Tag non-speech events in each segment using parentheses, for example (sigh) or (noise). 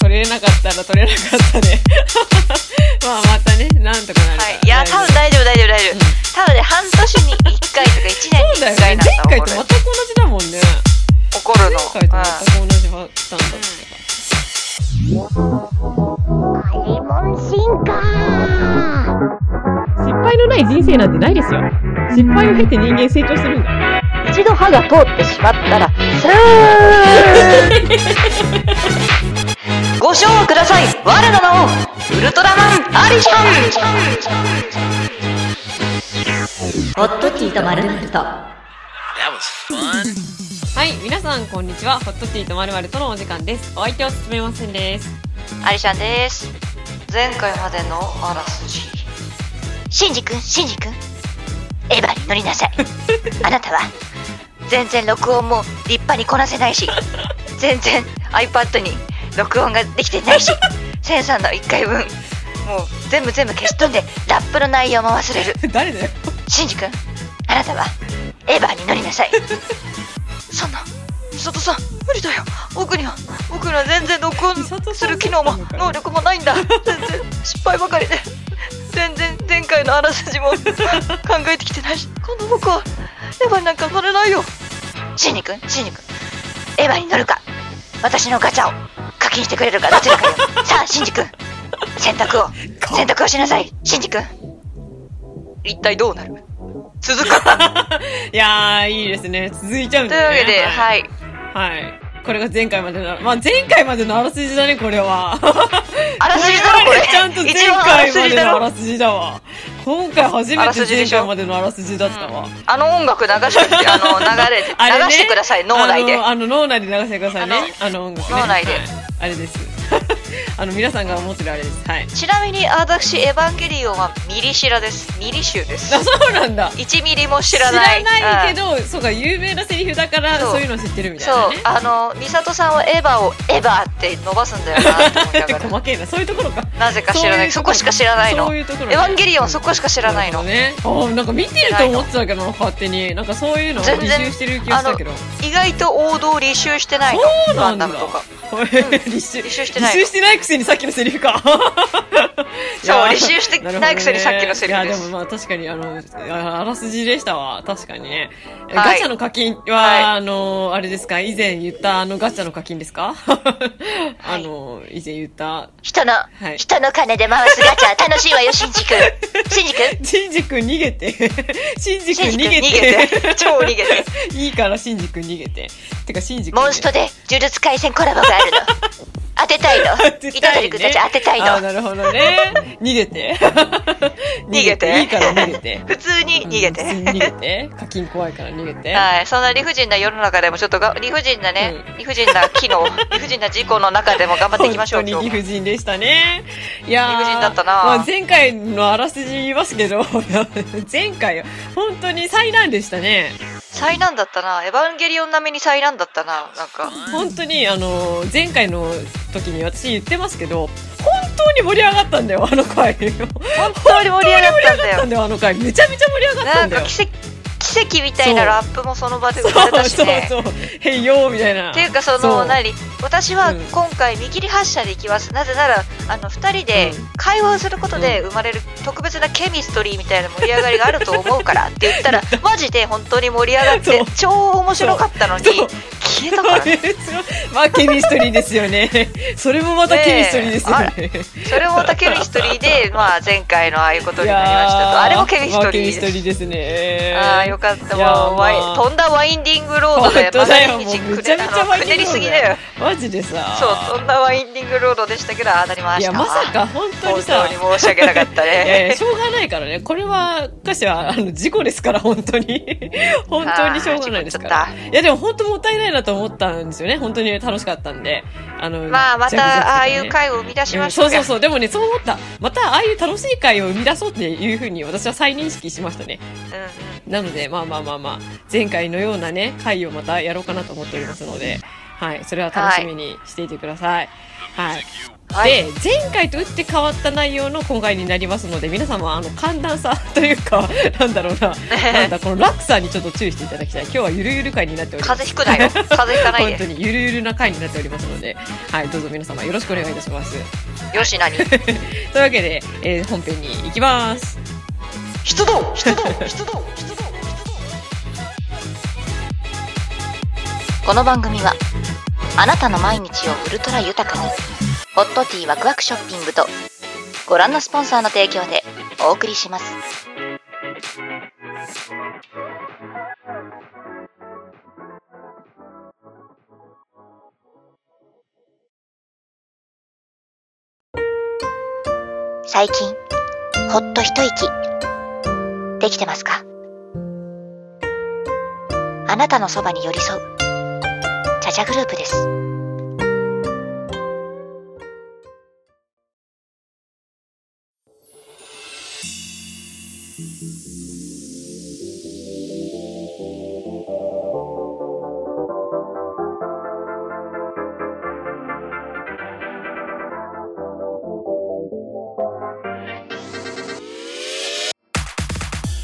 取れなかったら取れなかったで (laughs) まあまたねなんとかなるから、はい、いや多分大丈夫大丈夫大丈夫、うん多分ね半年に1回とか1そう年だによね1回なん前だ回と全怒るく同じだもんね怒る前の回と全く同じパターンだったからリモン進化失敗のない人生なんてないですよ失敗を経て人間成長するんだうん一度歯が通ってしまったらスーご賞をください我の名をウルトラマンアリシャホットティーとまるまると That was fun. はい皆さんこんにちはホットティーとまるまるとのお時間ですお相手を務めませんですンアリシャンです前回までのあらすじシンジ君シンジ君エヴァに乗り (laughs) なさいあなたは全然録音も立派にこなせないし全然 iPad に録音ができてない (laughs) しセンさんの1回分もう全部全部消し飛んでラップの内容も忘れる (laughs) 誰だよシンジ君あなたはエヴァに乗りな (laughs) さいそんな美里さん無理だよ僕には僕には全然録音美里さんする機能もだったのか能力もないんだ全然失敗ばかりで全然前回のあらすじも考えてきてないし今度僕はエヴァになんか乗れないよシンジ君シンジ君エヴァに乗るか私のガチャを課金してくれるかどちらかよ (laughs) さあシンジ君選択を選択をしなさいシンジ君一体どうなる続くいやーいいですね続いち (laughs) ゃうんというだわねけで、はい、はい。はいこれが前回までのまあ前回までのあらすじだねこれはあらすじだろ、これ。ちゃんと前一番あら回すまじでだのあろ。らすじだわ今回初めあらすてじで前しょ回までのあらすじだったわ、あの音楽流して、あの、流れて、 (laughs) あれね流してください、脳内であ。のあの脳内で流してくださいねあの音楽ね脳内ではいあれです (laughs) あの皆さんが思ってるあれですはいちなみに、私、エヴァンゲリオンはミリシラです。ミリ集であ (laughs) す。そうなんだ1ミリも知らない。知らないけど。ど、そうか有名なセリフだからそうそういうの知ってるみたいそなうね、あの、ミサトさんはエヴァをエヴァって伸ばすんだよなって思いながら。細 (laughs) けえなそういうところかなぜか知らない。そういうとそころこしか知らないの。そうエいうところねヴァンゲリオン、そこしか知らないの。ねあーなんか見てると思ってたけどな勝手になんかそういうのを全履然修してる気がした (laughs) けど意外と王道履修してないの。そうなガんンだダムとか。履修履修してない履修してないくせにさっきのセリフか (laughs) いそうやー履修してないくせにさっきのセリフなるほどねいですやでもまあ確かにあのああらすじでしたわ確かにね、えはいガチャの課金は、はいあのあれですか以前言ったあのガチャの課金ですか (laughs) あの、以前言った人の、はい人の金で回すガチャ楽しい (laughs) わよシンジ君シンジ君シンジ君逃げ (laughs) てシンジシ君ン逃ジげ君て逃げて。超逃げて。 (laughs) いいからシンジ君逃げててかシンジ君ねモンストで呪術廻戦コラボがあ (laughs) るの当てたいの当て糸たい取ね君たち当てたいあーのなるほどね逃げて逃 (laughs) 逃げていいから逃げて普通に逃げて。うん逃げて課金怖いから逃げてはい、そんな理不尽な世の中でもちょっとが理不尽なね、理不尽な機能理不尽な事故の中でも頑張っていきましょう本今当日にも理不尽でしたね。いやー理不尽だったなまあ、前回のあらすじ言いますけど、 (laughs) 前回、本当に災難でしたね。災難だったなエヴァンゲリオン並みに災難だったななんか本当に、あの、前回の時に私言ってますけど、本当に盛り上がったんだよ、あの回。本本当に盛り上がったんだ当よなんだよ、あの回。めちゃめちゃ盛り上がったなんんだかよ。奇跡奇跡みたいなラップもその場で生まれたしそうねそうそう。へいよーみたいな。っていうかそそのう何私はうん今回見切り発車で行きます、なぜならあの2人でうん会話をすることで生まれる特別なケミストリーみたいな盛り上がりがあると思うからって言ったらマジで本当に盛り上がっそてう超面白かったのにそう消えたからねまあ、ケミストリーですよね。それもまたケミストリーですよね。それもまたケミストリーで、まあ、前回のああいうこといにやなりましたーとあれもケミスまトあケリミースでトすリーですね。ああよかったいやーもうワイまあ飛んだワインディングロード本で当まださよ、にもうくめちねゃめちゃあのくねりすぎだよ。マジでさ。そう飛んだワインディングロードでしたけどああなりまいしや、たまさか本当にさ。本当に申し訳なか (laughs) ったいやいねやしょうがないからね。これは、歌詞は、あの、事故ですから、本当に。 (laughs) 本当にしょうがないですからあー事故っちゃっ。いや、でも本当もったいないなと思ったんですよね。本当に楽しかったんで。あの、まあまジャグジャグとたかああねいう会を生み出しうまんしそうょうそうそうでもねそう思ったまたああいう楽しい会を生み出そうっていうふうに私は再認識しましたねなのでまあまあまあまあ前回のようなね会をまたやろうかなと思っておりますのではい、それは楽しみにしていてください。はい。はい。で、前回と打って変わった内容の今回になりますので、皆様、あの、寒暖差というか、 (laughs) なんだろうな、なんだ、この落差にちょっと注意していただきたい。今日はゆるゆる回になっております。風邪ひくなよ。風邪ひかない本当で。にゆるゆるな回になっておりますので、はい、どうぞ皆様よろしくお願いいたします。よし、何というわけで、えー本編に行きます。人だ人だ人だ人だこの番組はあなたの毎日をウルトラ豊かにホットティーワクワクショッピングとご覧のスポンサーの提供でお送りします最近ほっと一息できてますかあなたのそばに寄り添うチャチャグループです。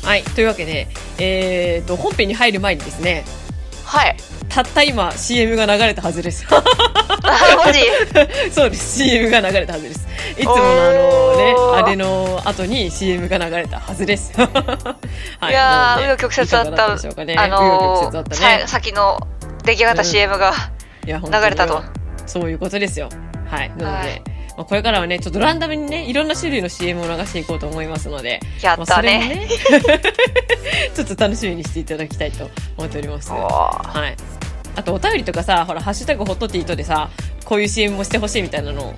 はい、というわけで、えーと、本編に入る前にですね、はい。たった今 CM が流れたはずです。あ、マジ (laughs) そうです、CM が流れたはずです。いつものあおのね、ーあれの後に CM が流れたはずです。 (laughs) はいやーなので紆余曲折あったいかがだでしょうかね。あ紆の余曲折あったねー、さ。先の出来上がっうたん CM がいや本流当にれたと。そういうことですよ。はい。なので、はいまあ、これからはね、ちょっとランダムにね、いろんな種類の CM を流していこうと思いますので、やまあ、っそたれもね。ね、 (laughs) ちょっと楽しみにしていただきたいと思っております。はおーい。あと、お便りとかさ、ほら、ハッシュタグホットティーとでさ、こういう CM もしてほしいみたいなのを、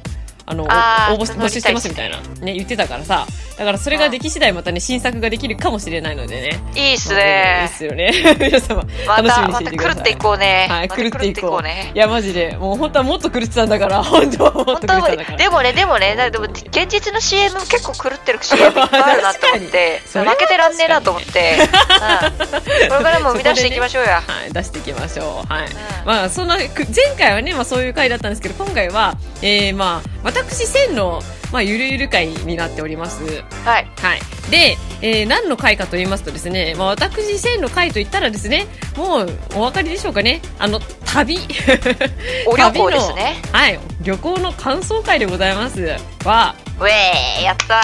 あの、あー応募し募募りたい集してますみたいな、ね、言ってたからさ、だからそれができ次第またね、新作ができるかもしれないのでね。いいっすいいっね。すよね。 (laughs) 皆様、ま楽しみた、にしまていたてください。狂っていこうね。はい、ま狂たっていこう。ねい。や、マジで、もう本当はもっと狂ってたんだから、 (laughs) 本当はもっ本と当狂っはてたんだから。でもね、でもね、だでも現実の CM 結構狂ってる CM いっぱいあるなと思っ (laughs) 確かて、にそれは負けてらんねえなと思って、うんこれからも生み出していきましょうや。はい、出していきましょう。はい。うんまあ、そんな、く前回はね、まあそういう回だったんですけど、今回は、えー、まあ、私、千の、まあ、ゆるゆる回になっております。はい。はい。で、えー、何の回かと言いますとですね、まあ私、千の回と言ったらですね、もうお分かりでしょうかね、あの、旅。 (laughs) お旅行ですね。はい、旅行の感想会でございます。は、ウェーイやったな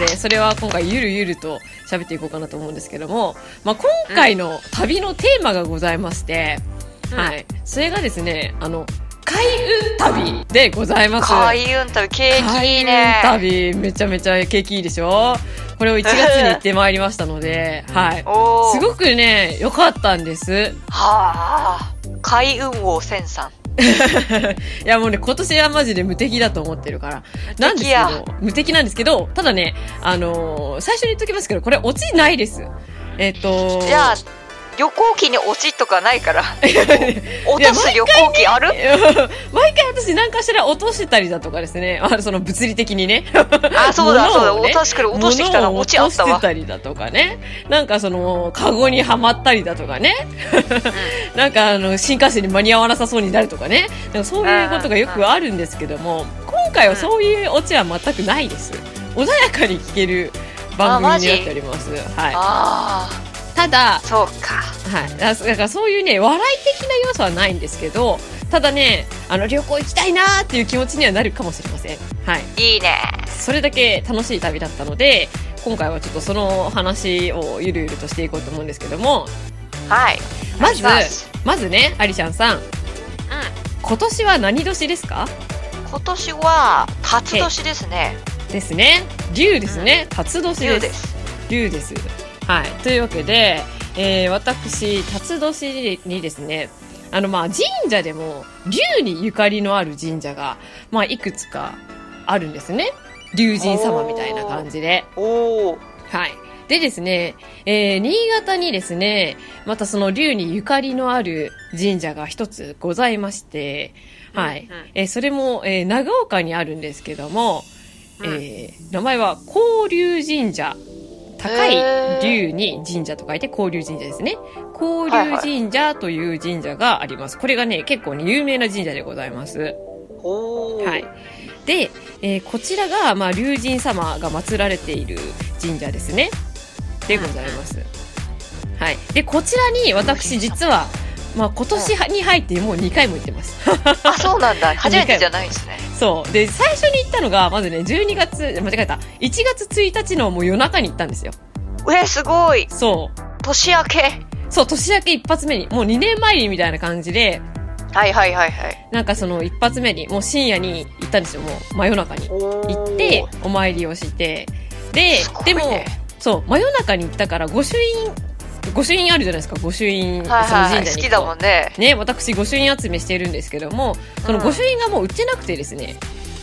のーでそれは今回ゆるゆると喋っていこうかなと思うんですけども、まあ、今回の旅のテーマがございまして、うんはい、それがですねあの開運旅でございます。開運旅、景気いいね。開運旅めちゃめちゃ景気いいでしょこれを1月に行ってまいりましたので、はい、おーすごくね良かったんです。はあ。開運王千さん。いやもうね、今年はマジで無敵だと思ってるから。なんですけやど、無敵なんですけど、ただね、あのー最初に言っときますけど、これ落ちないです。えっ、と (laughs) じゃあ、旅行機に落ちとかないから。落とす旅行機ある毎回私何かしら落としてたりだとかですね、 (laughs) あその物理的にね。あ、そうだ、物そうだ。をね確かに落としてきたな。物を落ちあった落とわして。たりだとかね。なんかその、カゴにはまったりだとかね。なんかあの、新幹線に間に合わなさそうになるとかね。なんかそういうことがよくあるんですけども、今回はそういうオチは全くないです。穏やかに聞ける番組になっております。はあい。ただあ、、そうか。はい、だだからそういうね笑い的な要素はないんですけどただねあの旅行行きたいなーっていう気持ちにはなるかもしれません、はい、いいね。それだけ楽しい旅だったので今回はちょっとその話をゆるゆるとしていこうと思うんですけどもはい。まずお願いしますまずねアリシャンさん、今年は何年ですか今年は、辰年ですね。ですね龍ですね辰年龍でですす。龍です。はい、というわけで、えー私辰年にですねあのまあ神社でも龍にゆかりのある神社が、まあ、いくつかあるんですね龍神様みたいな感じで。おお。はい。でですね、えー新潟にですね、またその龍にゆかりのある神社が一つございまして、はい。うんうんえーそれも、えー長岡にあるんですけども、うんえー名前は高龍神社。高いへー龍に神社と書いて高龍神社ですね。交流神社という神社があります。これがね、結構ね、有名な神社でございます。おー。はい。。で、えーこちらが、まあ、龍神様が祀られている神社ですね。でございます。はい。で、こちらに私実は、まあ、今年に入ってもう2回も行ってます。 (laughs) (laughs) あ、そうなんだ。初めてじゃないんですね。そう。で、最初に行ったのが、まずね、12月、間違えた。1月1日のもう夜中に行ったんですよ。え、すごい。そう。年明け。そう、年明け一発目に、もう2年前にみたいな感じで、はいはいはいはい。なんかその一発目に、もう深夜に行ったんですよ、もう真夜中に。おー行って、お参りをして。で、すごでいねも、そう、真夜中に行ったから、御朱印、御朱印あるじゃないですか、御朱印、はいそのは神い、好社に行くと。きだもんね。ね、私御朱印集めしてるんですけども、そのうん御朱印がもう売ってなくてですね、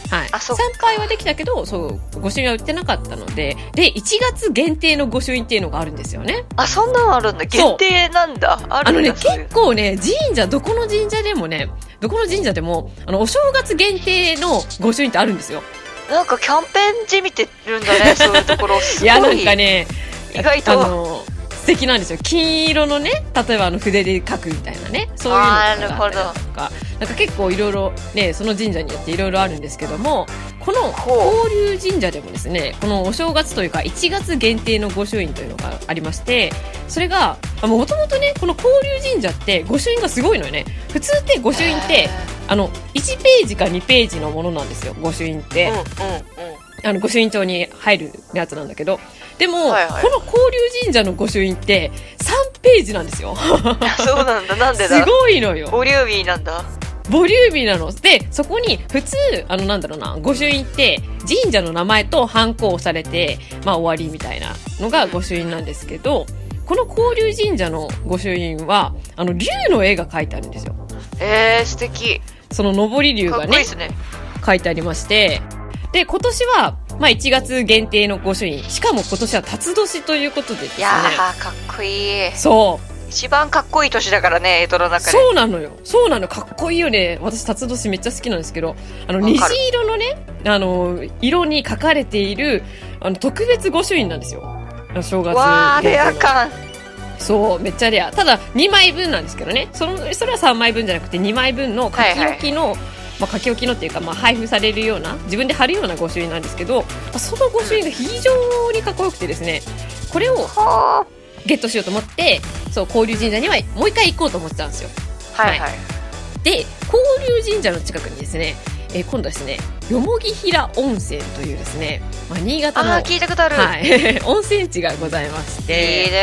はい。あそ参っか拝はできたけど、そう、御朱印は売ってなかったので、で、1月限定の御朱印っていうのがあるんですよね。あ、そんなのあるんだ。限定なんだ。ああるのんね、だ。そういう結構ね、神社、どこの神社でもね、どこの神社でも、あの、お正月限定の御朱印ってあるんですよ。なんかキャンペーンじみてるんだ (laughs) ね、そういうところ。いすごい。や、なんかね、意外とあの、素敵なんですよ。金色のね、例えばあの筆で書くみたいなね、そういうのとかあーなるほどがあったりとか、なんか結構いろいろね、その神社によっていろいろあるんですけども、このほ交流神社でもですね、このお正月というか1月限定の御朱印というのがありまして、それが、もともとね、この交流神社って御朱印がすごいのよね。普通って御朱印って、あの、1ページか2ページのものなんですよ、御朱印って。うんうんうん。 (laughs) あの御朱印帳に入るやつなんだけどでも、はいはいこの交流神社の御朱印って3ページなんですよそうなんだ。なんですだ。ごいのよボリューミーなんだ。ボリューミーなのでそこに普通あのなんだろうな御朱印って神社の名前と反抗されてまあ終わりみたいなのが御朱印なんですけどこの交流神社の御朱印はあの竜の絵が描いてあるんですよえー、素敵。その上り竜かっがこいねいですね。書いてありまして、で、今年は、まあ1月限定の御朱印、しかも今年は辰年ということでですいね。やー、かっこいい。そう。一番かっこいい年だからね、江戸の中で。そうなのよ。そうなの。かっこいいよね。私、辰年めっちゃ好きなんですけど、あの、わかる虹色のね、あの、色に書かれている、あの、特別御朱印なんですよ。あの正月。わー、レア感感。そう、めっちゃレア。ただ、2枚分なんですけどね。その、それは3枚分じゃなくて、2枚分の書き置きの、まあ、書き置きのっていうか、まあ、配布されるような、自分で貼るような御朱印なんですけど、まあその御朱印が非常にかっこよくてですね、これをはゲットしようと思って、そう、交流神社にはもう一回行こうと思ってたんですよ。ー。はいはい。で、交流神社の近くにですね、えー今度はですね、よもぎひら温泉というですね、まあ、新潟の、あー、聞いたことある。はい、 (laughs) 温泉地がございましいて、いね。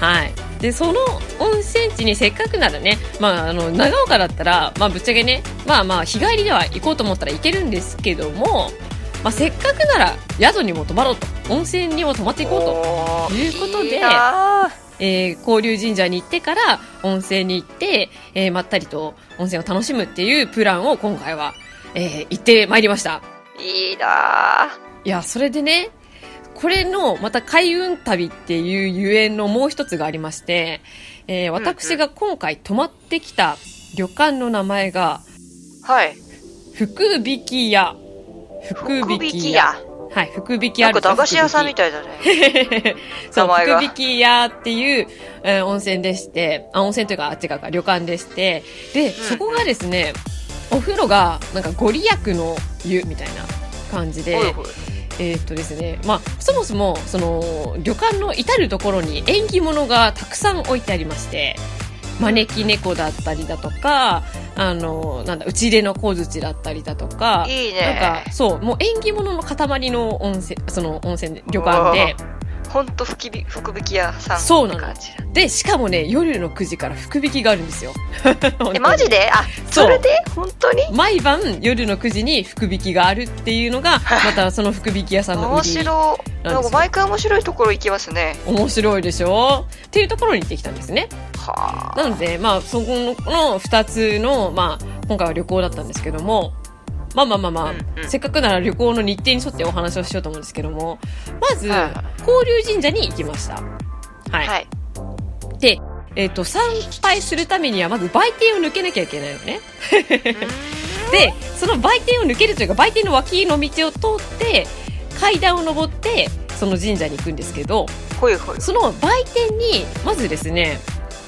はい、でその温泉地にせっかくならね、まあ、あの長岡だったら、まあ、ぶっちゃけね、まあ、まあ日帰りでは行こうと思ったら行けるんですけども、まあ、せっかくなら宿にも泊まろうと温泉にも泊まっていこうと。おーということでいいなーえー、交流神社に行ってから温泉に行って、えーまったりと温泉を楽しむっていうプランを今回は、えー行ってまいりました。いいなーいや、それでね、これの、また海運旅っていうゆえんのもう一つがありまして、えーん私が今回泊まってきた旅館の名前が、はい。福引き屋。福福引引ききや屋。。はい、福引き屋なんか駄菓子屋さんみたい。たいだね。そう、名前が福引き屋っていう、えー温泉でして、あ、温泉というか、あ違うか、旅館でして、で、そこがですね、お風呂が、なんかご利益の湯みたいな感じで、ほいほい。えーっとですね、まあ、そもそも、その、旅館の至るところに縁起物がたくさん置いてありまして、招き猫だったりだとか、あの、なんだ、打ち出の小槌だったりだとか、いいなんねか、。そう、もう縁起物の塊の温泉、その温泉で、旅館で、ほんと福引福引き屋さんそうっなての感じだ。で、しかもね、夜の9時から福引きがあるんですよ。 (laughs) え、マジであ、 (laughs) そうそれで本当に毎晩夜の9時に福引きがあるっていうのが、またその福引き屋さんの売面り。白い。なんなでんすかよ毎回面白いところ行きますね。面白いでしょっていうところに行ってきたんですね。はあ。なので、まあ、そこのの2つの、まあ、今回は旅行だったんですけども、まあまあまあまあ、うんうんせっかくなら旅行の日程に沿ってお話をしようと思うんですけども、まず、はい交流神社に行きました。はい。はい。で、えっ、と、参拝するためには、まず売店を抜けなきゃいけないのね。で、その売店を抜けるというか、売店の脇の道を通って、階段を登って、その神社に行くんですけど、ほいほい。その売店に、まずですね、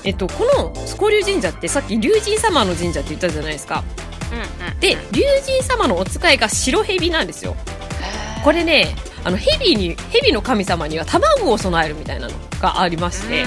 えっと、このスコリュ神社ってさっき龍神様の神社って言ったじゃないですかうんうんで龍神様のお使いが白蛇なんですよこれねあの蛇に蛇の神様には卵を備えるみたいなのがありまして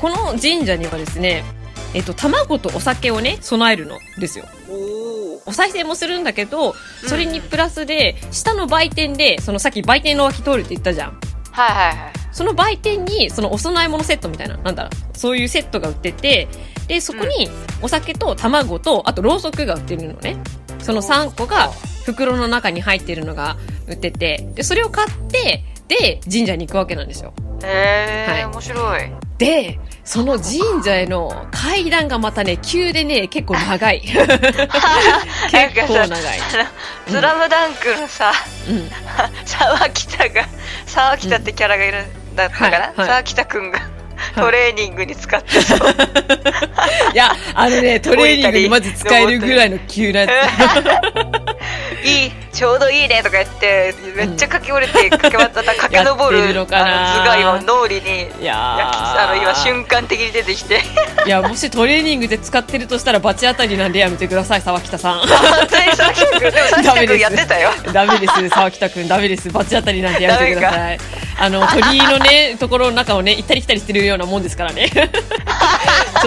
この神社にはですねえっと卵とお酒をね備えるのですようんおおお賽銭もするんだけどそれにプラスで下の売店でそのさっき売店の脇通るって言ったじゃんはいはいはいその売店にそのお供え物セットみたいななんだろうそういうセットが売っててでそこにお酒と卵とあとろうそくが売ってるのねその3個が袋の中に入ってるのが売っててでそれを買ってで神社に行くわけなんですよへえ、はい面白いでその神社への階段がまたね急でね結構長 (laughs) い結構長い、 「スラムダンクのさうん、沢北が沢北ってキャラがいるんだったかな、はいはい沢北くんがトレーニングに (laughs) 使ってそう、いやあのねトレーニングにまず使えるぐらいの急 (laughs) なやついいちょうどいいねとか言ってめっちゃ駆け下りて駆け渡った駆け上 (laughs) やってるるのかなあの図が今脳裏にいやー焼き (laughs) あの今瞬間的に出てき (laughs) ていやもしトレーニングで使ってるとしたら罰当たりなんでやめてください沢北 (laughs) さん本当に沢北 (laughs) くんでも沢北くんやってたよダメです沢北くんダメです罰当たりなんでやめてくださいあの鳥居のねところの中をね行ったり来たりしてるようなもんですから (laughs) ねちょ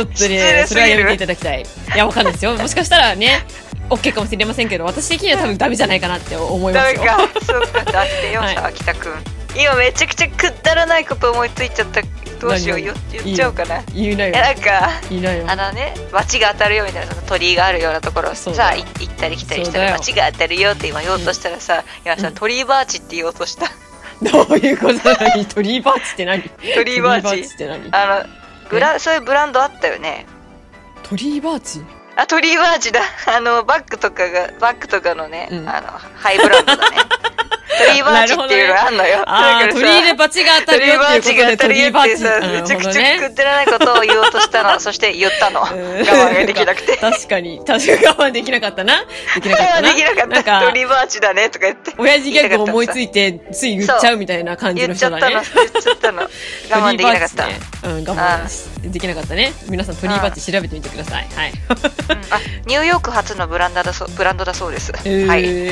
っと失礼すぎねるそれはやめていただきたいいやわかんないですよもしかしたらね OK かもしれませんけど私的には多分ダメじゃないかなって思いまなすんよかそうかだってよ、はい沢北くん今めちゃくちゃくだらないこと思いついちゃったどうしよう何よ々言っちゃおうかない言うなよやなんか言いなよあのね街が当たるよみたいなその鳥居があるようなところそうさだあよい行ったり来たりしそうただらよ街が当たるよって今言おうとしたらさ、今さ鳥居バーチって言おうとしたどういうことなの鳥居バーチって何 (laughs) 鳥居バーチ鳥居って何あのグラそういうブランドあったよね鳥居バーチあ鳥居バーチだ (laughs) あのバッグとかがバッグとかのね、うんあのハイブランド (laughs) だね鳥居バーチっていうのがあんのよ、あーだからさ鳥居でバチが当た鳥る居よバっていうーこチとがで当たる鳥よ居っバーてチさ、うんめちゃくほどちゃねくだらないことを言おうと (laughs) したのそして言ったの我うん慢ができなくて確かに。確かに我慢できなかったな。できなかったな。できな (laughs) かっなたん鳥か、居バーチだねとか言って親父ギャグ思いついて、つい言っちゃうみたいな感じ言のっちゃ人っだたの、言っね。ちゃったの。我慢できなかった。鳥居バーチねうん、我慢できなかったね。皆さん鳥居バッチ調べてみてください。はい。うんあ、ニューヨーク発のブランドだそう、ブランドだそうです。はい。え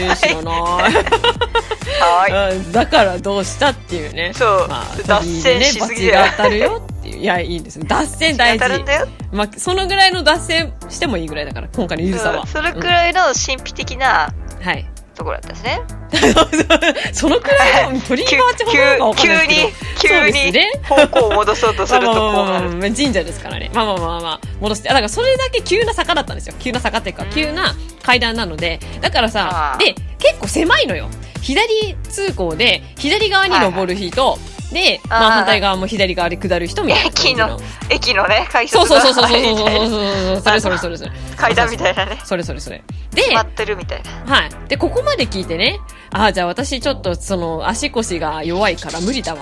ー、知らなはーい。い。うんだからどうしたっていうね。そうまあ、脱鳥居で線ねしバすぎチだよが当たるよっていう。いや、いいですね。脱線 (laughs) 大当たる事ん。だよ。まあ、そのぐらいの脱線してもいいぐらいだから、今回のゆるさうは。んそれくらいの神秘的なうんはい。ところだったんですね。そのくらいの鳥居バーチほどなのか分かんないですけど。急そう急に、急ですにね方向を戻そうとするとまあまこあうまあまなある。まあ神社ですからね。まあまあまあまあ、戻して。あだからそれだけ急な坂だったんですよ。急な坂っていうか、うん急な階段なので。だからあさ、ーで、結構狭いのよ。左通行で、左側に登る人と、で、まああー反対側も左側で下る人みたいな感じ。駅の、駅のね、階そう層そうがそうそうそう入るそうみそたうそいなう。それそれそれそれ。階段みたいなね。それそれそれ。で、埋まってるみたいな。はい。で、ここまで聞いてね、ああ、じゃあ私ちょっとその足腰が弱いから無理だわ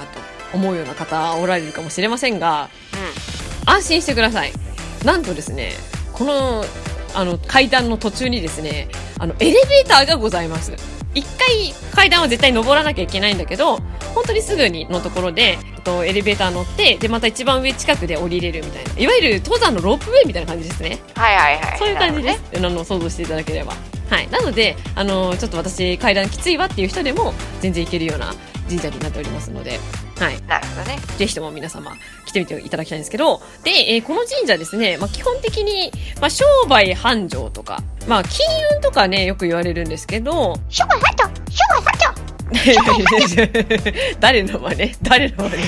と思うような方おられるかもしれませんが、安心してください。なんとですね、この、あの、階段の途中にですね、あの、エレベーターがございます。一回階段は絶対登らなきゃいけないんだけど、本当にすぐにのところで、えっと、エレベーター乗って、で、また一番上近くで降りれるみたいな。いわゆる登山のロープウェイみたいな感じですね。はいはいはい。そういう感じなでるす。あの想像していただければ。はい。なので、あのちょっと私階段きついわっていう人でも全然行けるような神社になっておりますので、はい。ほどね。なるほどね。ぜひとも皆様来てみていただきたいんですけど、で、えーこの神社ですね、まあ、基本的に、まあ、商売繁盛とか、まあ、金運とかね、よく言われるんですけど、商売繁盛商売繁盛誰の真似誰の真似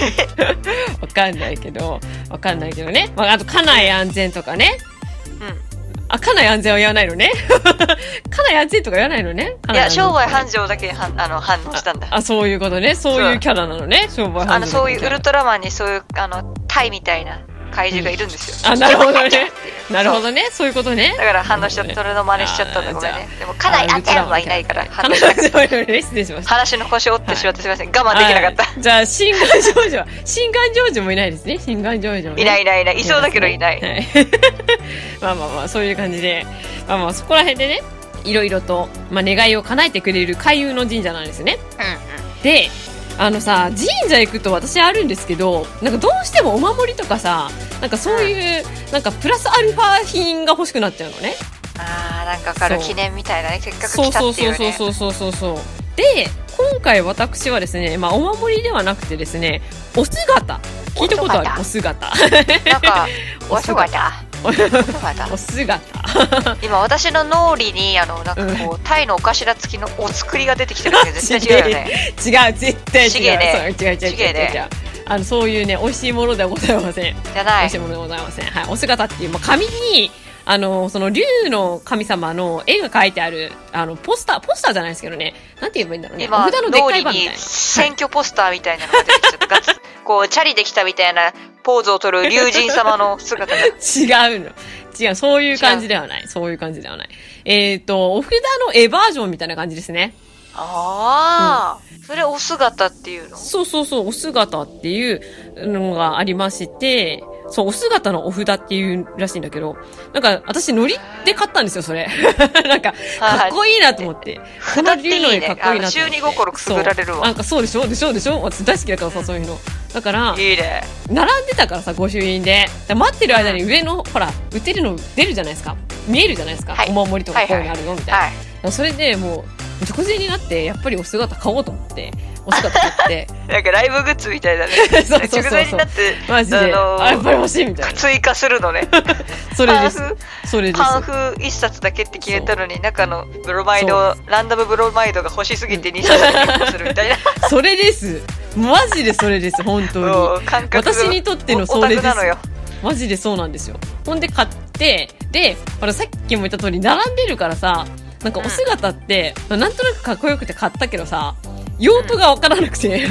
わかんないけど、わかんないけどね。まあ、あと、家内安全とかね。あ、家内安全は言わないのね。家内安全とか言わないのね。いや、商売繁盛盛だけはんあの反応したんだ。あ、そういうことね。そういうキャラなのね。商売繁盛。あのそういうウルトラマンにそういうあのタイみたいな怪獣がいるんですよ。あ、なるほどね。なるほどね。そういうことねだ。から反応しちゃった、それの真似しちゃったんだ、あーごめんね。でも、あ家内安全はいないから、家反応内しな安くて全は言わない。失礼しました。話の腰折ってしまってすみません、我慢できなかっはいじゃあ、心眼少女は、心眼少女もいないですね。心眼少女もた。ねいないいないいない、いそうだけどいない。はい (laughs) まあまあまあそういう感じで、まあまあそこら辺でね、いろいろと、まあ、願いを叶えてくれる開運の神社なんですよね。うんで、あのさ、神社行くと私あるんですけど、なんかどうしてもお守りとかさ、なんなんかそういう、なんかプラスアルファ品が欲しくなっちゃうのね。あーなんかわかるそう記念みたいなねせっかくそう来たそうっていそううそうねそうそうそうそう。で、今回私はですね、まあお守りではなくてですね、お姿。聞いたことあるおお姿。なんかおお (laughs) そそばばだおおそばだお姿。 (laughs) 今私の脳裏にあのなんかこう、タイのお頭付きのお作りが出てきてるけど絶対違うよね違う、絶対違う。ちげえそう違う違う違う違ちげえう違うね。あのそういうね美味しいものではございません、じゃ美ない味しいものでございませんはいお姿っていう、まあ、紙にあのその竜の神様の絵が描いてあるあのポスターポスターじゃないですけどねなんて言えばいいんだろうねお今札のでっか脳裏い版みたいにな選挙ポスターみたいなのが出てきて (laughs) ガツこうチャリできたみたいなポーズを取る龍神様の (laughs) 姿が違うの。違う、そういう感じではない。そういう感じではない。えっ、と、お札の絵バージョンみたいな感じですね。ああ、それお姿っていうのそうそうそう、お姿っていうのがありまして、そう、お姿のお札っていうらしいんだけど、なんか、私、ノリで買ったんですよ、それ。 (laughs) なんか、かっこいいなと思って。この札ってい竜いの絵ねかっこいいなと思って。あの修理心くすぐられるわそうなんか、そうでしょでしょでしょ私大好きだからさ、そういうの。だから、いいね並んでたからさ、御朱印で。で待ってる間に上の、ほら、売ってるの出るじゃないですか。見えるじゃないですか。はいお守りとかはいこうはいういのあるよ、みたいな。はいそれでもう、直前になって、やっぱりお姿買おうと思って、お姿買って、なんかライブグッズみたいだ (laughs) ねそうそうそうそう直前になってマジで、ああのーやっぱり欲しいみたいな。追加するのねそれですパ。ンフそれです。パンフ一冊だけって決めたのに中のブロマイドランダムブロマイドが欲しすぎて2冊だけするみ (laughs) たいなそれです。マジでそれです、本当もに。 (laughs) う感覚が私にとってのおオそタれクですなのよ。マジでそうなんですよ。ほんで買って、で、ほらさっきも言った通り、並んでるからさ、なんかお姿って、なんとなくかっこよくて買ったけどさ、用途がわからなくて。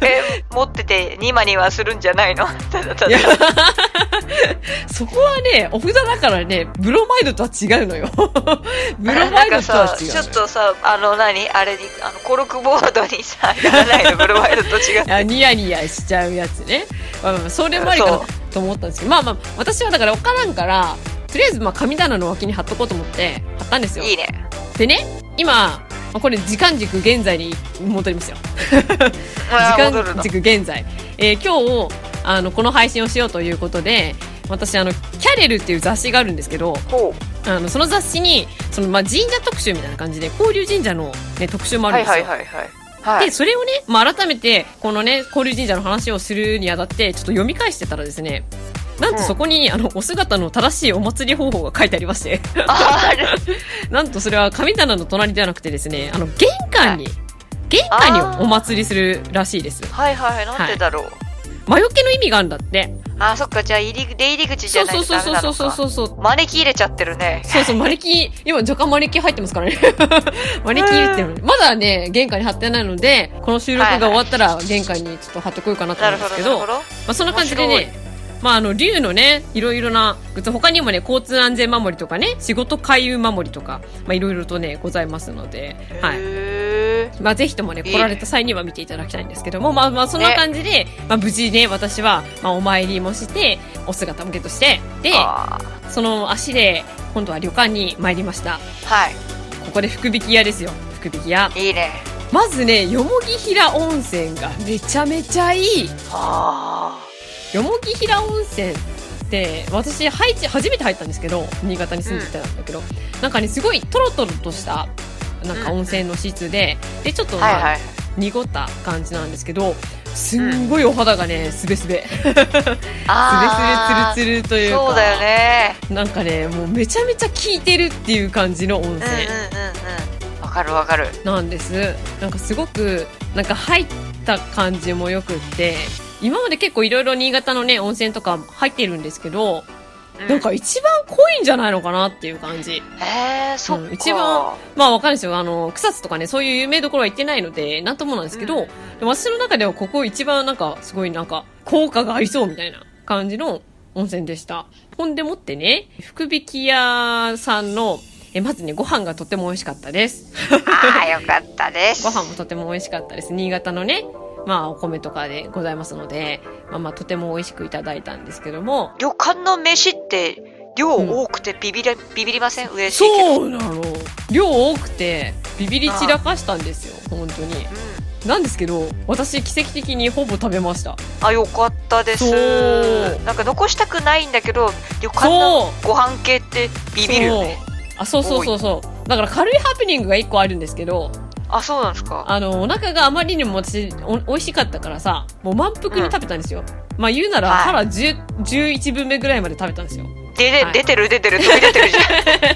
え持っててニマニはするんじゃな (laughs) いのただただそこはね、お札だからね、ブロマイドとは違う (laughs) のよ。ブロマイドとなんはかさ違うのよ。ちょっとさあの何あれにあのコルクボードにさやらないのブロマイドと違うあニヤニヤしちゃうやつね。まあまあまあ、それもありかなそうと思ったんですけど、まあまあ、私はだから分からんから、とりあえずまあ神棚の脇に貼っとこうと思って、貼ったんですよ。いいねでね、今、まあこれ時間軸現在に戻りますよ。時あー戻る間の軸現在。えー今日、あの、この配信をしようということで、私、あの、キャレルっていう雑誌があるんですけど、ほあの、その雑誌に、その、まあ、神社特集みたいな感じで、交流神社の、ね、特集もうあるはんいですよ。はいはいはいはで、いそれをね、まあ、改めて、このね、交流神社の話をするにあたって、ちょっと読み返してたらですね、なんとうんそこに、あの、お姿の正しいお祭り方法が書いてありまして、あーなんとそれは神棚の隣ではなくてですね、あの、玄関に、玄関あにーお祭りするらしいです。はいはいなんでだろう、魔除けの意味があるんだって。あーそっかじゃあ入り出入り口じそゃうないそうとそうダメなそのうそうかそうそう。招き入れちゃってるねそうそう、マネキン、今若干マネキン入ってますからね。マネキン入れてるので、まだね、玄関に貼ってないので、この収録が終わったら玄関にちょっと貼ってこようかなとな思うるんでほすどけなど、るほどまあ、そんな感じでね、まあ、あの、竜のね、いろいろなグッズ、他にもね、交通安全守りとかね、仕事開運守りとか、まあ、いろいろとね、ございますので、はい。へまあ、ぜひともね、いい来られた際には見ていただきたいんですけども、まあまあ、そんな感じで、まあ、無事ね、私は、まあ、お参りもして、お姿もゲットして、でえ、あーその足で、今度は旅館に参りました。はここで福引き屋ですよ。福引き屋。いいいねまずね、よもぎ平温泉がめちゃめちゃいい。あよもぎ平温泉って私入って初めて入ったんですけど新潟に住んでたんだけど、なんかねすごいトロトロとしたなんか温泉の質で、でちょっと、あまあはいはい濁った感じなんですけどすんごいお肌がねすべすべすべあーすべつるつるというかそうだよねなんかねもうめちゃめちゃ効いてるっていう感じの温うん泉うんうんうんわかるわかるなんです、なんかすごくなんか入った感じもよくって今まで結構いろいろ新潟のね温泉とか入ってるんですけどうなんか一番濃いんじゃないのかなっていう感じ。えー、そっか、うん一番まあわかるんですよ。あの、草津とかね、そういう有名どころは行ってないので、なんともなんですけど、うんでも私の中ではここ一番なんか、すごいなんか、効果がありそうみたいな感じの温泉でした。ほんでもってね、福引き屋さんの、え、まずね、ご飯がとても美味しかったです。ああよかったですご飯もとても美味しかったです。新潟のね、まあお米とかでございますので、まあまあとても美味しくいただいたんですけども、旅館の飯って量多くてビビれ、ビビりません嬉しいけどそうなの量多くてビビり散らかしたんですよ本当にうなんですけど私奇跡的にほぼ食べましたあよかったですそうなんか残したくないんだけど旅館のそうご飯系ってビビるよねそうあそうそうそうそうだから軽いハプニングが1個あるんですけどあそうなんですかあのお腹があまりにも私お美味しかったからさもう満腹に食べたんですよ、まあ言うならはい腹10 11分目ぐらいまで食べたんですよでではい出てる出てる飛び出てるじ (laughs) ゃん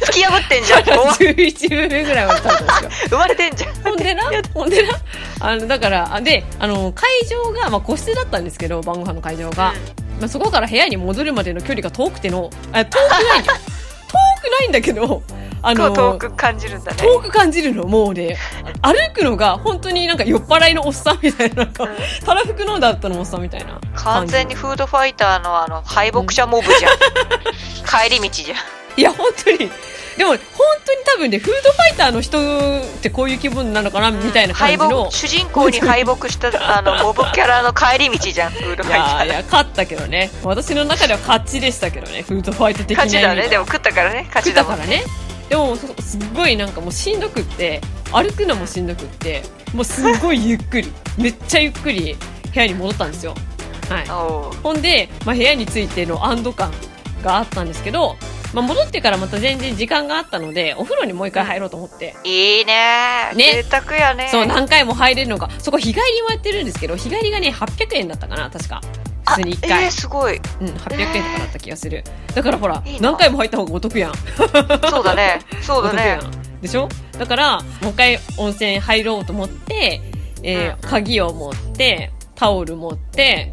突き破ってんじゃん腹 (laughs) お11分目ぐらいまで食べたんですよ生まれてんじゃんほんでな、ほんでな、あの、だから、あで、あの、会場が、まあ、個室だったんですけど、晩ご飯の会場が。まあ、そこから部屋に戻るまでの距離が遠くての、あ、遠くない (laughs) の遠くないんだけど、あこの、う遠く感じるんだね遠く感じるの、もうね、歩くのが本当になんか酔っ払いのおっさんみたいな、なんか、たらふく飲んだ後のおっさんみたいな。完全にフードファイターのあの敗北者モブ (laughs) じゃん帰り道じゃんいや、本当に。でも、本当に多分ね、フードファイターの人ってこういう気分なのかな、みたいな感じの。敗北主人公に敗北したあのモブキャラの帰り道じゃんフードフいァイタやーいや勝ったけどね私の中では勝ちでしたけどねフードファイト的な勝ちだ意ね味でではも食ったからね食勝ちっだたかもんらねでもそすっごいなんかもうしんどくって歩くのもしんどくってもうすっごいゆっくり (laughs) めっちゃゆっくり部屋に戻ったんですよはいおうほんで、まあ、部屋についての安堵感があったんですけど、まあ、戻ってからまた全然時間があったのでお風呂にもう一回入ろうと思っていいねね贅沢やねそう何回も入れるのがそこ日帰りもやってるんですけど日帰りがね800円だったかな確か普あ通に1え回ー、すごいうん、800円とかだった気がする。だからほら、いいな何回も入った方がお得やん。そう (laughs) だねそおうだ得ねやん。でしょだから、もう一回温泉入ろうと思って、えーうん鍵を持って、タオル持って、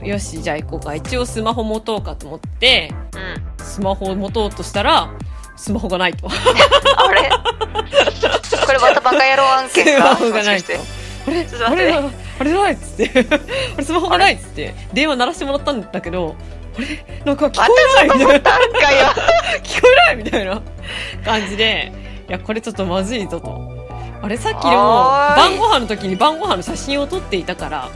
うんよし、じゃあ行こうか。一応スマホ持とうかと思って、うんスマホを持とうとしたら、スマホがないと。あれこれまたバカ野郎案ス件マ (laughs) かホがないもしとかして。あれちょっとあ待ってれあれないっつって。 (laughs) あれスマホがないっつって。電話鳴らしてもらったんだけど、あれなんか聞こえないみたいな。なん (laughs) かよ聞こえないみたいな感じで、いや、これちょっとまずいぞと。あれさっきのはー晩いご飯の時に晩ご飯の写真を撮っていたから、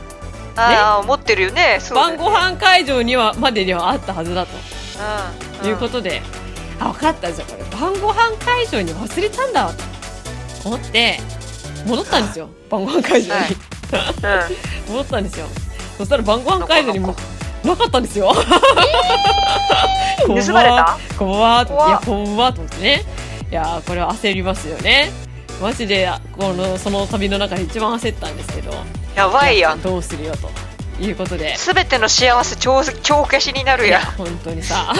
ああ思ってるよねそうだ晩よご飯会場にはまでにはあったはずだとうんいうことで、あ、分かったじゃあこれ晩ご飯会場に忘れたんだと思って、戻ったんですよ。晩ご飯会場に。はいうん戻ったんですよ。そしたら晩ご飯会場にもなかなかったんですよ。 (laughs) 盗まれた怖っ怖っい怖やっ怖っと思ってねいやーこれは焦りますよねマジでこのその旅の中で一番焦ったんですけどやばいやんどうするよということで全ての幸せ帳帳消しになるいややん本当にさ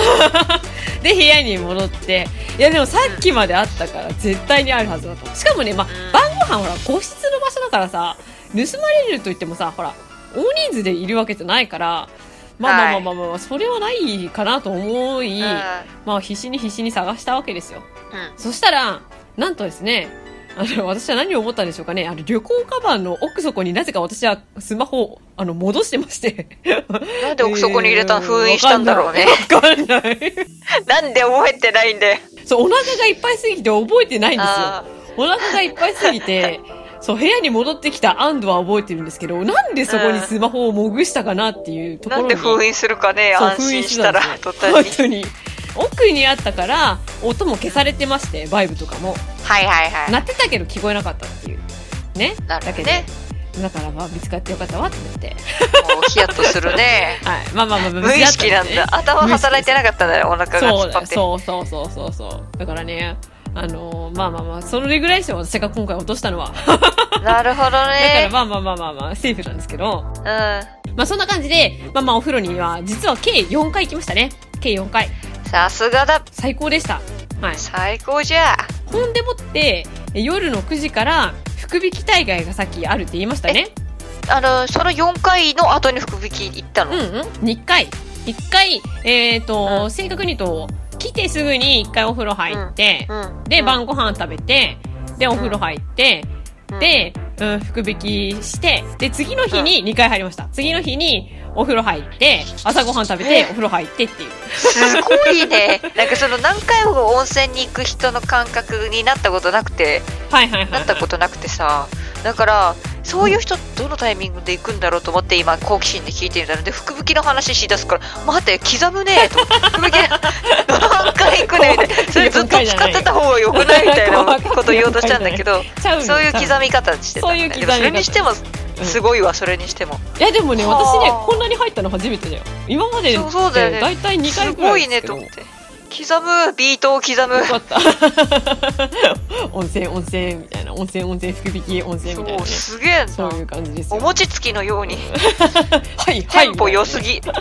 (laughs) で部屋に戻っていやでもさっきまであったから絶対にあるはずだとしかもね、まあうん晩ご飯ほら個室の場所だからさ盗まれると言ってもさほら大人数でいるわけじゃないからまあまあまあまあまあ、まあ、それはないかなと思い、うまあ必死に必死に探したわけですよんうんそしたら、なんとですね、あの、私は何を思ったんでしょうかね。あの、旅行カバンの奥底になぜか私はスマホを、あの、戻してまして。なんで奥底に入れたのえー封印したんだろうね。わかんないわかんない。なんで覚えてないんだよ。そう、お腹がいっぱいすぎて覚えてないんですよ。あお腹がいっぱいすぎて、そう、部屋に戻ってきた安堵は覚えてるんですけど、なんでそこにスマホをもぐしたかなっていうーとこなろんに。で封印するかね、そう安心したら封印、して途たん端でに。 (laughs) すよ本当に。奥にあったから、音も消されてまして、バイブとかも。はいはいはい。鳴ってたけど聞こえなかったっていうねなるだほけどどね。だからまあ見つかってよかったわって思ってもうヒヤッとする (laughs) ね。はいまあまあまあ無意識なんだ。頭働いてなかったんだよ、お腹がそ突うっだ張よって。そうそうそうそうそうだからねあのーまあまあまあそれぐらいでしょ私が今回落としたのはだかなるほどらね。まあまあまあまあまあセーフなんですけどうん。まあそんな感じでまあまあお風呂には実は計4回行きましたね計4回さすがだ。最高でしたはい最高じゃ。ほんでもって夜の9時から福引き大会がさっきあるって言いましたねあの、その4回の後に福引き行ったうの。んうん、2回。1回、えっ、と、正確に言うと、来てすぐに1回お風呂入って、うん。で、晩ご飯食べて、で、お風呂入って、うん、で、うん、福引きして、で、次の日に2回入りました。次の日にお風呂入って、朝ご飯食べて、お風呂入ってっていう。すごいね。なんかその何回も温泉に行く人の感覚になったことなくて。はいはいはい。なったことなくてさだからそういう人どのタイミングで行くんだろうと思って今好奇心で聞いてみたので福吹きの話しだすから待て刻むねえと福吹き (laughs) 何回行くねみたいなそれずっと使ってた方がよくないみたいなこと言おうとしたんだけどちゃうんだそういう刻み方してたんそだけどういう刻み方それにしてもすごいわそれにしてもいやでもねはあ私ねこんなに入ったの初めてだよ今までそうそうだよね大体2す回くらごいいですねけどと思って刻むビートを刻むよかった (laughs) 温泉温泉みたいな温泉温泉福引き温泉みたいなそうねすげえそなういう感じですおよ餅つきのようにはいはテいンポ良すぎテン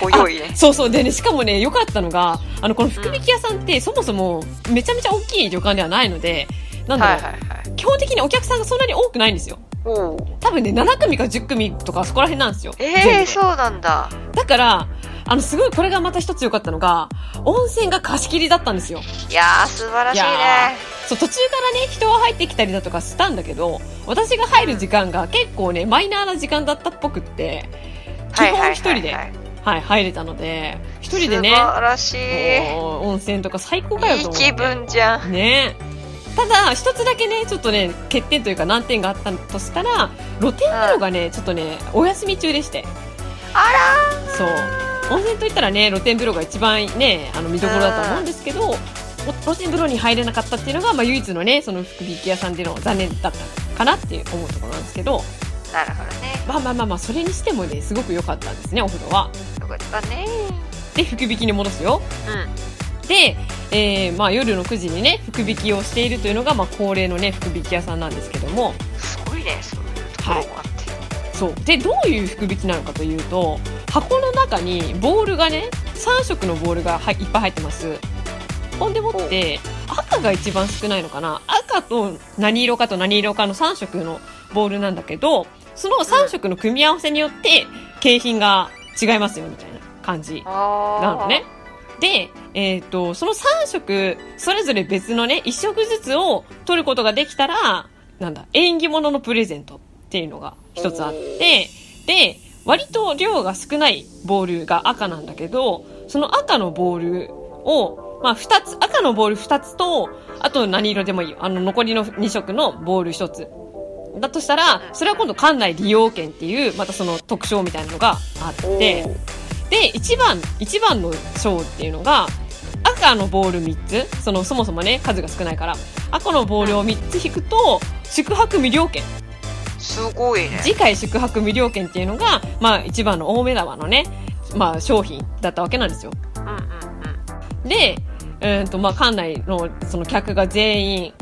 ポ良いねそうそうでねしかもね良かったのがあのこの福引き屋さんってそもそもめちゃめちゃ大きい旅館ではないのでなんだろはう、いはいはい基本的にお客さんがそんなに多くないんですよおお多分ね7組か10組とかそこら辺なんですよ全部えでー、そうなんだだからあのすごいこれがまた一つ良かったのが温泉が貸し切りだったんですよいやー素晴らしいねいやそう途中からね人が入ってきたりだとかしたんだけど私が入る時間が結構ねマイナーな時間だったっぽくって基はいはいはいは本い一人で、はい、入れたので一人でね素晴らしいもう温泉とか最高かよいとい思って気分じゃんねただ一つだけねちょっとね欠点というか難点があったとしたら露天風呂がね、ちょっとねお休み中でしてあらそう温泉といったらね露天風呂が一番ねあの見どころだと思うんですけど、お露天風呂に入れなかったっていうのが、まあ、唯一のねその福引き屋さんでの残念だったかなっていう思うところなんですけどなるほどねまあまあまあまあそれにしてもねすごく良かったんですねお風呂は。よかったねで福引きに戻すよ。うで、えーまあ、夜の9時にね福引きをしているというのが、まあ、恒例のね福引き屋さんなんですけどもんすごいねそういうところもあって、そうでどういう福引きなのかというと箱の中にボールがね3色のボールがはいいっぱい入ってますほんでもって赤が一番少ないのかな赤と何色かと何色かの3色のボールなんだけどその3色の組み合わせによって景品が違いますよみたいな感じあーなのね。で、えっ、と、その3色、それぞれ別のね、1色ずつを取ることができたら、なんだ、縁起物のプレゼントっていうのが一つあって、で、割と量が少ないボールが赤なんだけど、その赤のボールを、まあ二つ、赤のボール2つと、あと何色でもいいよ。あの残りの2色のボール1つ。だとしたら、それは今度館内利用券っていう、またその特賞みたいなのがあって、で1番一番の賞っていうのが赤のボール3つそのそもそもね数が少ないから赤のボールを3つ引くと宿泊無料券すごいね次回宿泊無料券っていうのが、まあ、一番の大目玉のね、まあ、商品だったわけなんですようんうんうんで、うんとまあ、館内のその客が全員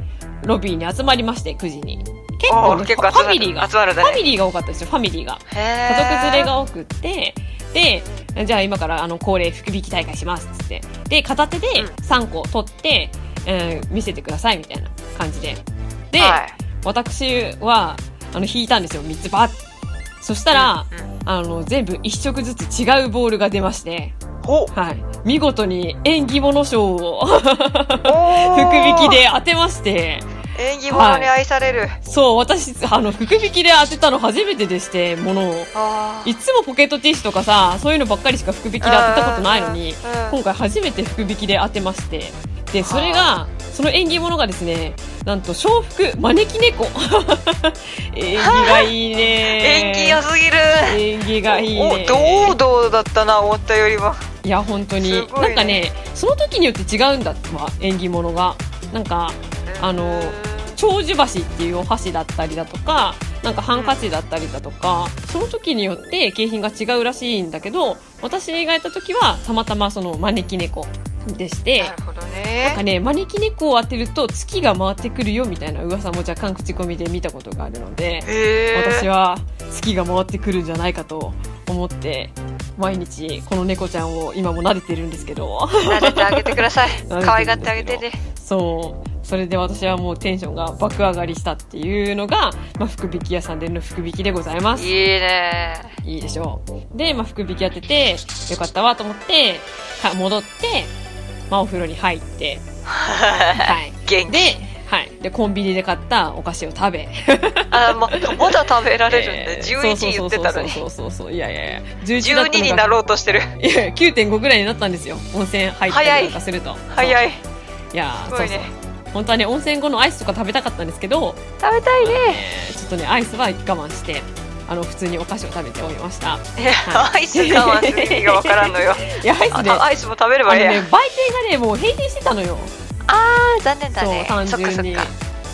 ロビーに集まりまして9時に結お構,、ね、ー結フ構集まァるミリーがフ集まるねァミリーが多かったですよファミリーが家族連れが多くってでじゃあ今からあの恒例福引き大会しますっつってで片手でうん3個取って、えー見せてくださいみたいな感じでで、はい私はあの引いたんですよ3つバッそしたら、うんうんあの全部1色ずつ違うボールが出まして、 (laughs) ほはい、見事に縁起物賞を福福引きで当てまして縁起物に愛される、そう私あの福引きで当てたの初めてでして物を。あーいつもポケットティッシュとかさそういうのばっかりしか福引きで当てたことないのにうんうん今回初めて福引きで当てましてでそれがその縁起物がですねなんと笑福招き猫 (laughs) 縁起がいいね (laughs) 縁起良すぎる縁起がいいねお堂々だったな思ったよりもいや本当に、すごいねなんかねその時によって違うんだってば縁起物がなんかあの長寿箸っていうお箸だったりだとかなんかハンカチだったりだとかその時によって景品が違うらしいんだけど私がいた時はたまたまその招き猫でしてなるほどなんかねね招き猫を当てると月が回ってくるよみたいな噂も若干口コミで見たことがあるのでへえ私は月が回ってくるんじゃないかと思って毎日この猫ちゃんを今も撫でてるんですけど撫でてあげてくだ (laughs) さいでて可愛がってあげてねそうそれで私はもうテンションが爆上がりしたっていうのが、まあ、福引き屋さんでの福引きでございまいすいねいいでしょうで、まあ、福引きやっててよかったわと思ってか戻って、まあ、お風呂に入って、 (laughs) はい、元気で,、はい、でコンビニで買ったお菓子を食べあもうまだ食べられるん (laughs) えでー11言ってたのにそうそうそうそうそうそういやいやいや11だったのが12になろうとしてるいや9.5ぐらいになったんですよ温泉入ったりなんかすると早いいいやーすごいねそう本当はね温泉後のアイスとか食べたかったんですけど食べたいね。ちょっとねアイスは我慢してあの普通にお菓子を食べておりましたいや、アイス我慢する意味がわからんのよ。いやアイスあ (laughs) ねあアイスも食べれのばいいねや。売店がねもう閉店してたのよあー、残念だそうね。単そっかそ純っにか。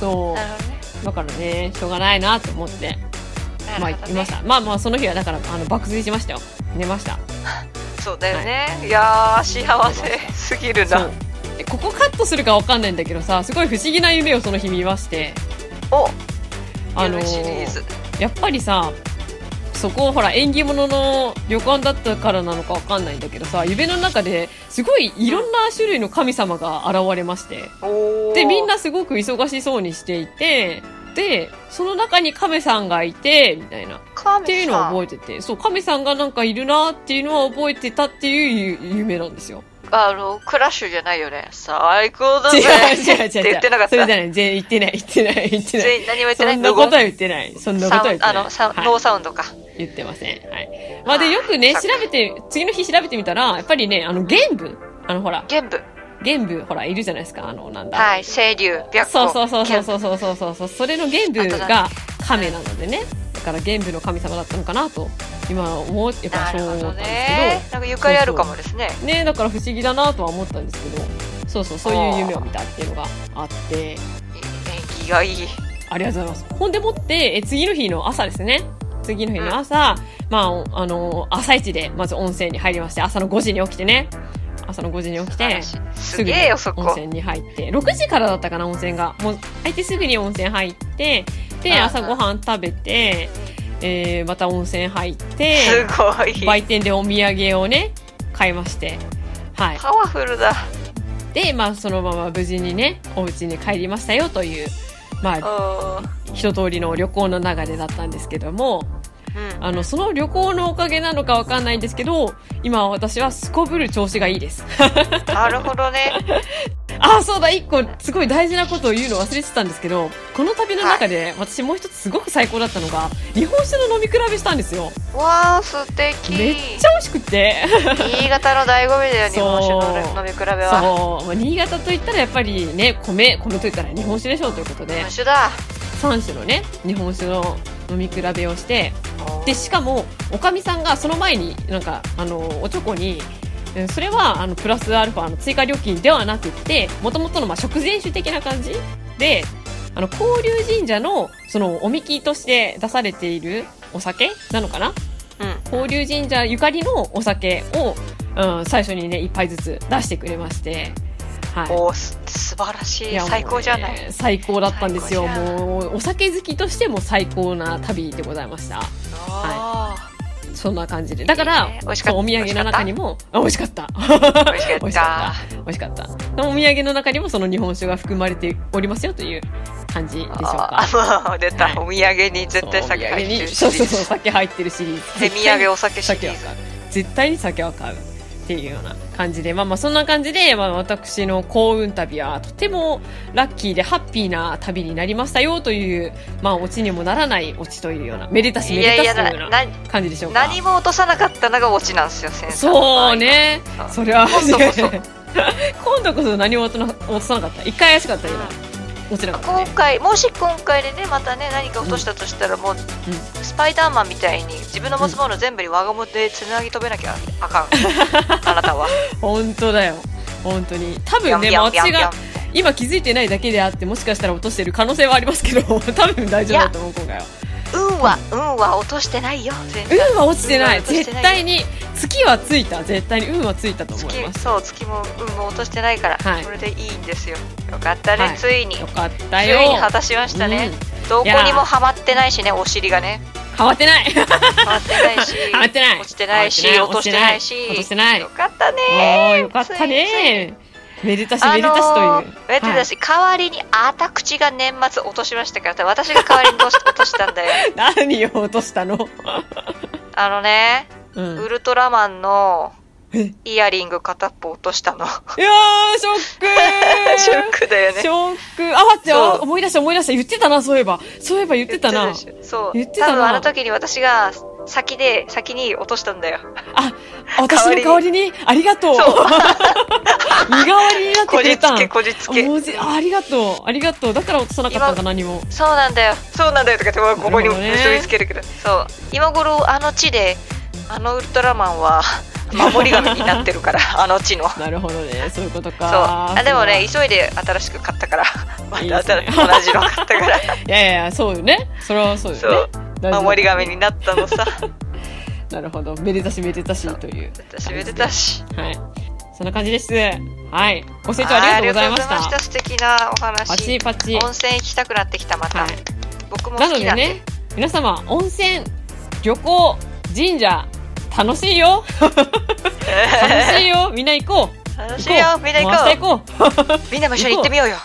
そなるほどねうだからねしょうがないなと思ってなるほどね。まあ行きましたまあまあその日はだからあの爆睡しましたよ寝ましたそうだよね。いやー、幸せすぎるそなう。でここカットするかわかんないんだけどさすごい不思議な夢をその日見ましてお、ああののシリーズ。やっぱりさそこほら縁起物の旅館だったからなのかわかんないんだけどさ夢の中ですごいいろんな種類の神様が現れましておーでみん。なすごく忙しそうにしていてでその中に亀さんがいてみたいなっっていうのを覚えててそう亀さんがなんかいるなっていうのは覚えてたっていうゆ夢なんですよあの、クラッシュじゃないよね。最高だ違うぜ。違う違う違うって言ってなかっそれじゃた。ない全員言ってない言ってない言ってない全員何も言ってそないんなことは言ってない。そんなことは言ってサない。ウンあの、サウはいノーサウンドか。言ってません。はい。まあで、よくね、あー調べて、次の日調べてみたら、やっぱりね、あの、玄武。あの、ほら、玄武。玄武、ほら、いるじゃないですか、あの、なんだ。はい、清流、白虎。そうそうそうそうう。そうそうそうそうそう。それの玄武が亀なのでね。だから玄武の神様だったのかなと、今思う、やっぱなそうる思ほったどんですね。なんかゆかりあるかもですね。けど。ね、だから不思議だなとは思ったんですけど、そうそう、そういう夢を見たっていうのがあって、縁起がいい。ありがとうございます。ほんでもって、え次の日の朝ですね。次の日の朝、まあお、あのー朝一で、まず温泉に入りまして、朝の5時に起きてね。朝の5時に起きて、すすぐげにえよ、そ温こ。泉に入って、6時からだったかな、温泉が。もう、空いてすぐに温泉入って、うんで、うん朝ごはん食べて、えー、また温泉入って、すごい。売店でお土産をね、買いまして。はい。パワフルだ。で、まあ、そのまま無事にね、お家に帰りましたよという、まあ、おー一通りの旅行の流れだったんですけども、うんあの、その旅行のおかげなのかわかんないんですけど、今私はすこぶる調子がいいです。 (laughs) なるほどね。あ、そうだ、一個すごい大事なことを言うの忘れてたんですけど、この旅の中で私もう一つすごく最高だったのが、日本酒の飲み比べしたんですよ。わー、素敵。めっちゃ美味しくって。新潟の醍醐味だよ、日本酒そうの飲み比べは。そう、まあ、新潟といったらやっぱりね、米、米といったら日本酒でしょうということ日で本、酒だ。 3種のね、日本酒の飲み比べをして、おーでしかもおかみさんがその前になんかあのおちょこにえそれはあのプラスアルファの追加料金ではなくってもともとのまあ食前酒的な感じであの交流神社のそのおみきとして出されているお酒なのかなうん。交流神社ゆかりのお酒を、うん、最初にね一杯ずつ出してくれまして。はい、おー、す素晴らしいい。やもうね最高じゃない。最高だったんですよ最高じゃんもうお酒好きとしても最高な旅でございましたあそんな感じで。だから、いいね美味しかそうおった土産の中にも、あ、美味しかった。ー美味しかった。美味しかった。 (laughs) そのお土産の中にもその日本酒が含まれておりますよという感じでしょうか。あもう出た、はいお土産に絶対そう酒入ってお土る産にしそうそうそう、酒入ってるシリーズ。手絶対土に産お酒シリ酒はーズ買う。絶対に酒は買う。っていうような感じで、まあまあそんな感じで、まあ私の幸運旅はとてもラッキーでハッピーな旅になりましたよという、まあオチにもならないオチというような、めでたしいめやいでやたしとないうようなな感じでしょうか。何も落とさなかったのがオチなんですよ先生そうねあそれは今度こそ (laughs) 今度こそ何も落とな落とさなかった一回怪しかったけど落ちなかった今ね回もし今回でねまたね何か落としたとしたらもう、スパイダーマンみたいに自分の持つもの全部に輪ゴムでつなぎ止めなきゃ (laughs) あかんあなたは本当だよ本当に多ビャ分ンねビャンビャ私ンビャがン今気づいてないだけであってもしかしたら落としてる可能性はありますけど (laughs) 多分大丈夫だと思う今回は運は運は落としてないよ全然運は落ちてない運は落ち絶てない対に月はついた絶対に運はついたと思いま月すそう月も運も落としてないから、はいこれでいいんですよよかったね、はいついによかったついよに果たしましたね、どこいやにもはまってないしねお尻がねハマってないはまってないし (laughs) はまってない落ちてないしは落まっとしてないし落としてないよかったね (laughs) おーよかったねめでたしめでたしという、あのーめでたし、代わりに私が年末落としましたから私が代わりに落とし落としたん (laughs) だよはい何を落としたの、あのね、うんウルトラマンのえイヤリング片っぽ落としたのいやー、ショックショックだよ (laughs) ねショック。あ、待って、そうあ思い出した思い出した。言ってたな、そういえば。そういえば言ってたな。言ってたでしょそう言ってたな多分あの時に私が先で、先に落としたんだよ。私の代わりに、ありがとう。そう (laughs) 身代わりになってこくじれつたんけ、。こじつけ。もうじあありがとう。ありがとう。だから落とさなかったんだ、何も。そうなんだよ。そうなんだよとかって、ここになるほどね結びつけるけど。そう。今頃、あの地で、あのウルトラマンは、守り神になってるから、あの地の。そう。なるほどね。そういうことか。あでもそうね、急いで新しく買ったから、 (laughs) まいいでたすね新しい同じの買ったから、いやいやいや、そうよね。それ (laughs) はそうよねそ。う。大事だ守り神になった (laughs) のさ。なるほど。めでたしめでたしという。私めでたし。はい。そんな感じです。はい。ご清聴ありがとうございましはありた。がとうございました素敵なおパチ話。パチ。温泉行きたくなってきた、また。はい僕もな好のきでなんで。 (laughs) ね、皆様、温泉、旅行、神社、楽しいよ楽しい (laughs) よみんな行こう楽し行いこうよ、みんな行もう明こ日行こう。みんなも一緒に行ってみようよ。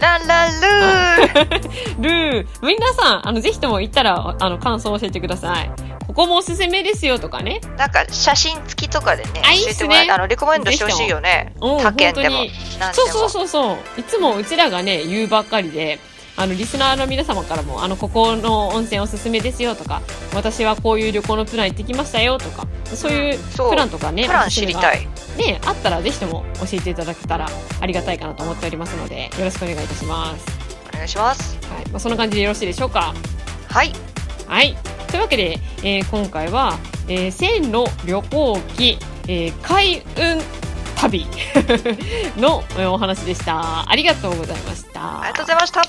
ランランルーうルー皆さん、あの、ぜひとも行ったら、あの、感想を教えてください。ここもおすすめですよとかね。なんか写真付きとかでね、あいい教っえすてねもらえたら、あのレコメンドしてほしいよね。うん、他本県当でもに。。なんでそうもそうそうそう。いつもうちらがね、言うばっかりで、あの、リスナーの皆様からも、あの、ここの温泉おすすめですよとか、私はこういう旅行のプラン行ってきましたよとか、そういうそうプランとかね、プラン知りたい。い。ね、あったらぜひとも教えていただけたらありがたいかなと思っておりますので、よろしくお願いいたします。お願いします。はい。まあ、そんな感じでよろしいでしょうか。はい。はい。というわけで、えー今回は、えー線路旅行記、えー開運旅 (laughs) のえーお話でした。ありがとうございました。ありがとうございました。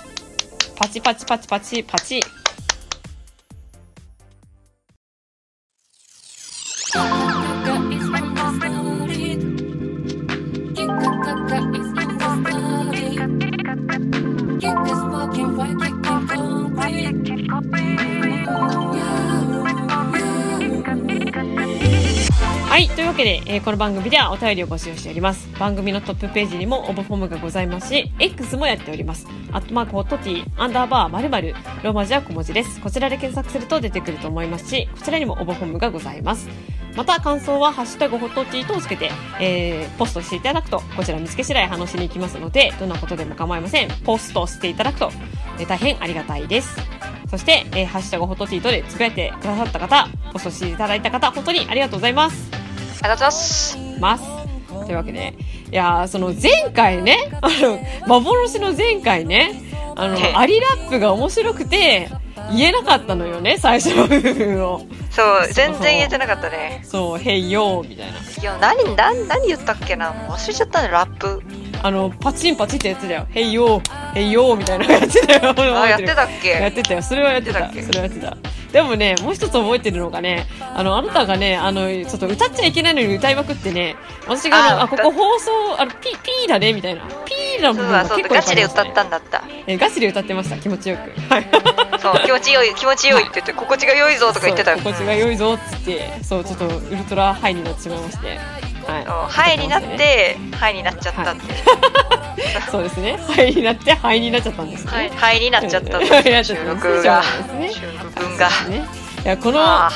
パチパチパチパチパチ。はい。というわけで、えーこの番組ではお便りを募集しております。番組のトップページにも応募フォームがございますし、X もやっております。アットマークホットティー、アンダーバー、まるまる、ローマ字は小文字です。こちらで検索すると出てくると思いますし、こちらにも応募フォームがございます。また、感想は、ハッシュタグホットティーとつけて、えー、ポストしていただくと、こちら見つけ次第話しに行きますので、どんなことでも構いません。ポストしていただくと、えー大変ありがたいです。そして、えー、ハッシュタグホットティーとでつぶやいてくださった方、ポストしていただいた方、本当にありがとうございます。ありがとうございます。ます。というわけで、いやー、その前回ね、 (laughs) あの、幻の前回ね、あのええ、アリラップが面白くて、言えなかったのよね、最初の部分を。そう、そう全然言えてなかったね。そう、へいよー、みたいな。いや、何、何、何言ったっけな。忘れちゃったね、ラップ。あの、パチンパチンってやつだよ。へいよー、へいよー、みたいなのやってたよ。あ、やってたっやっけてたよ。それはやってやた。っそてたっけれはやってた。でもね、もう一つ覚えてるのがね、あの、あなたがね、あの、ちょっと歌っちゃいけないのに歌いまくってね、私があの、ああ、ここ放送、あの、ピ、ピーだね、みたいな。ピーなそ部う分だ、がそう結構いだ、ガぱいチありでました歌ねったんだった。えーガチで歌ってました気持ちよくはいそう、気持ち (laughs) よい、気持ちよいって言って、心地が良いぞとか言ってたよ。そう心地が良いぞっつってそうちょっとウルトラハイになってしまいましてはいそうはいになって、はいになっちゃったって。そうですねハイになってハイになっちゃったんですねはい、はいになっちゃったって。 (laughs) はいなっちゃ収ったんですね録が、そうですね収録分が。そうですねいやこのあ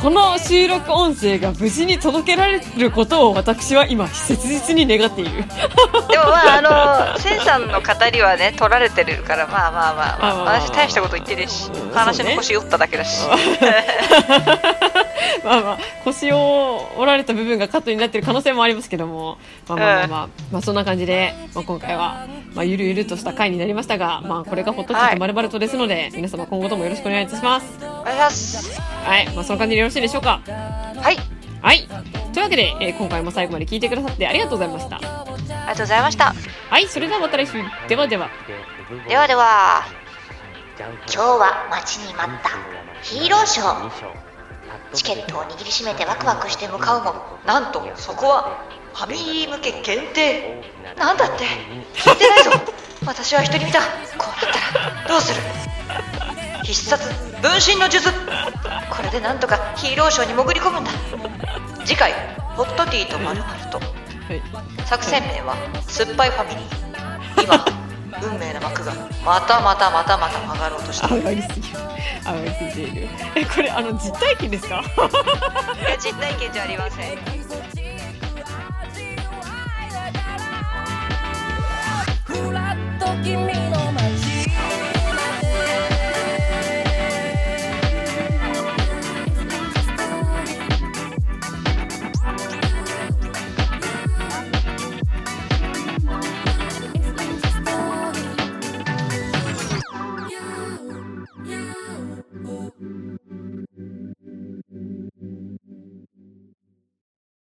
この収録音声が無事に届けられることを私は今切実に願っているーでもまああのセンさんの語りはね取られてるからまあまあまあ、まあまあまあまあ私大したこと言ってるしうんそうね話の腰折っただけだし、 (laughs) まあまあ腰を折られた部分がカットになってる可能性もありますけどもまあまあまあまあ、まあそんな感じで、まあ、今回は、まあ、ゆるゆるとした回になりましたが、まあ、これがホットチーはといまるまるとですので、皆様今後ともよろしくお願いいたします (laughs) お願いしますはいまあその感じでよろしいでしょうかはいはいというわけで、えー今回も最後まで聞いてくださってありがとうございましたありがとうございましたはいそれではまた来週ではではではでは今日は待ちに待ったヒーローショーチケットを握りしめてワクワクして向かうもなんとそこはファミリー向け限定なんだって聞いてないぞ (laughs) 私は一人見たこうなったらどうする必殺分身の術これでなんとかヒーローショーに潜り込むんだ次回ホットティーとまるまるとはい作戦名は酸っぱいファミリー今運命の幕がまたまたまたまた曲がろうとしてい (laughs) る上がりすぎる上がりすぎているえこれあの実体験ですかいや実体験じゃありません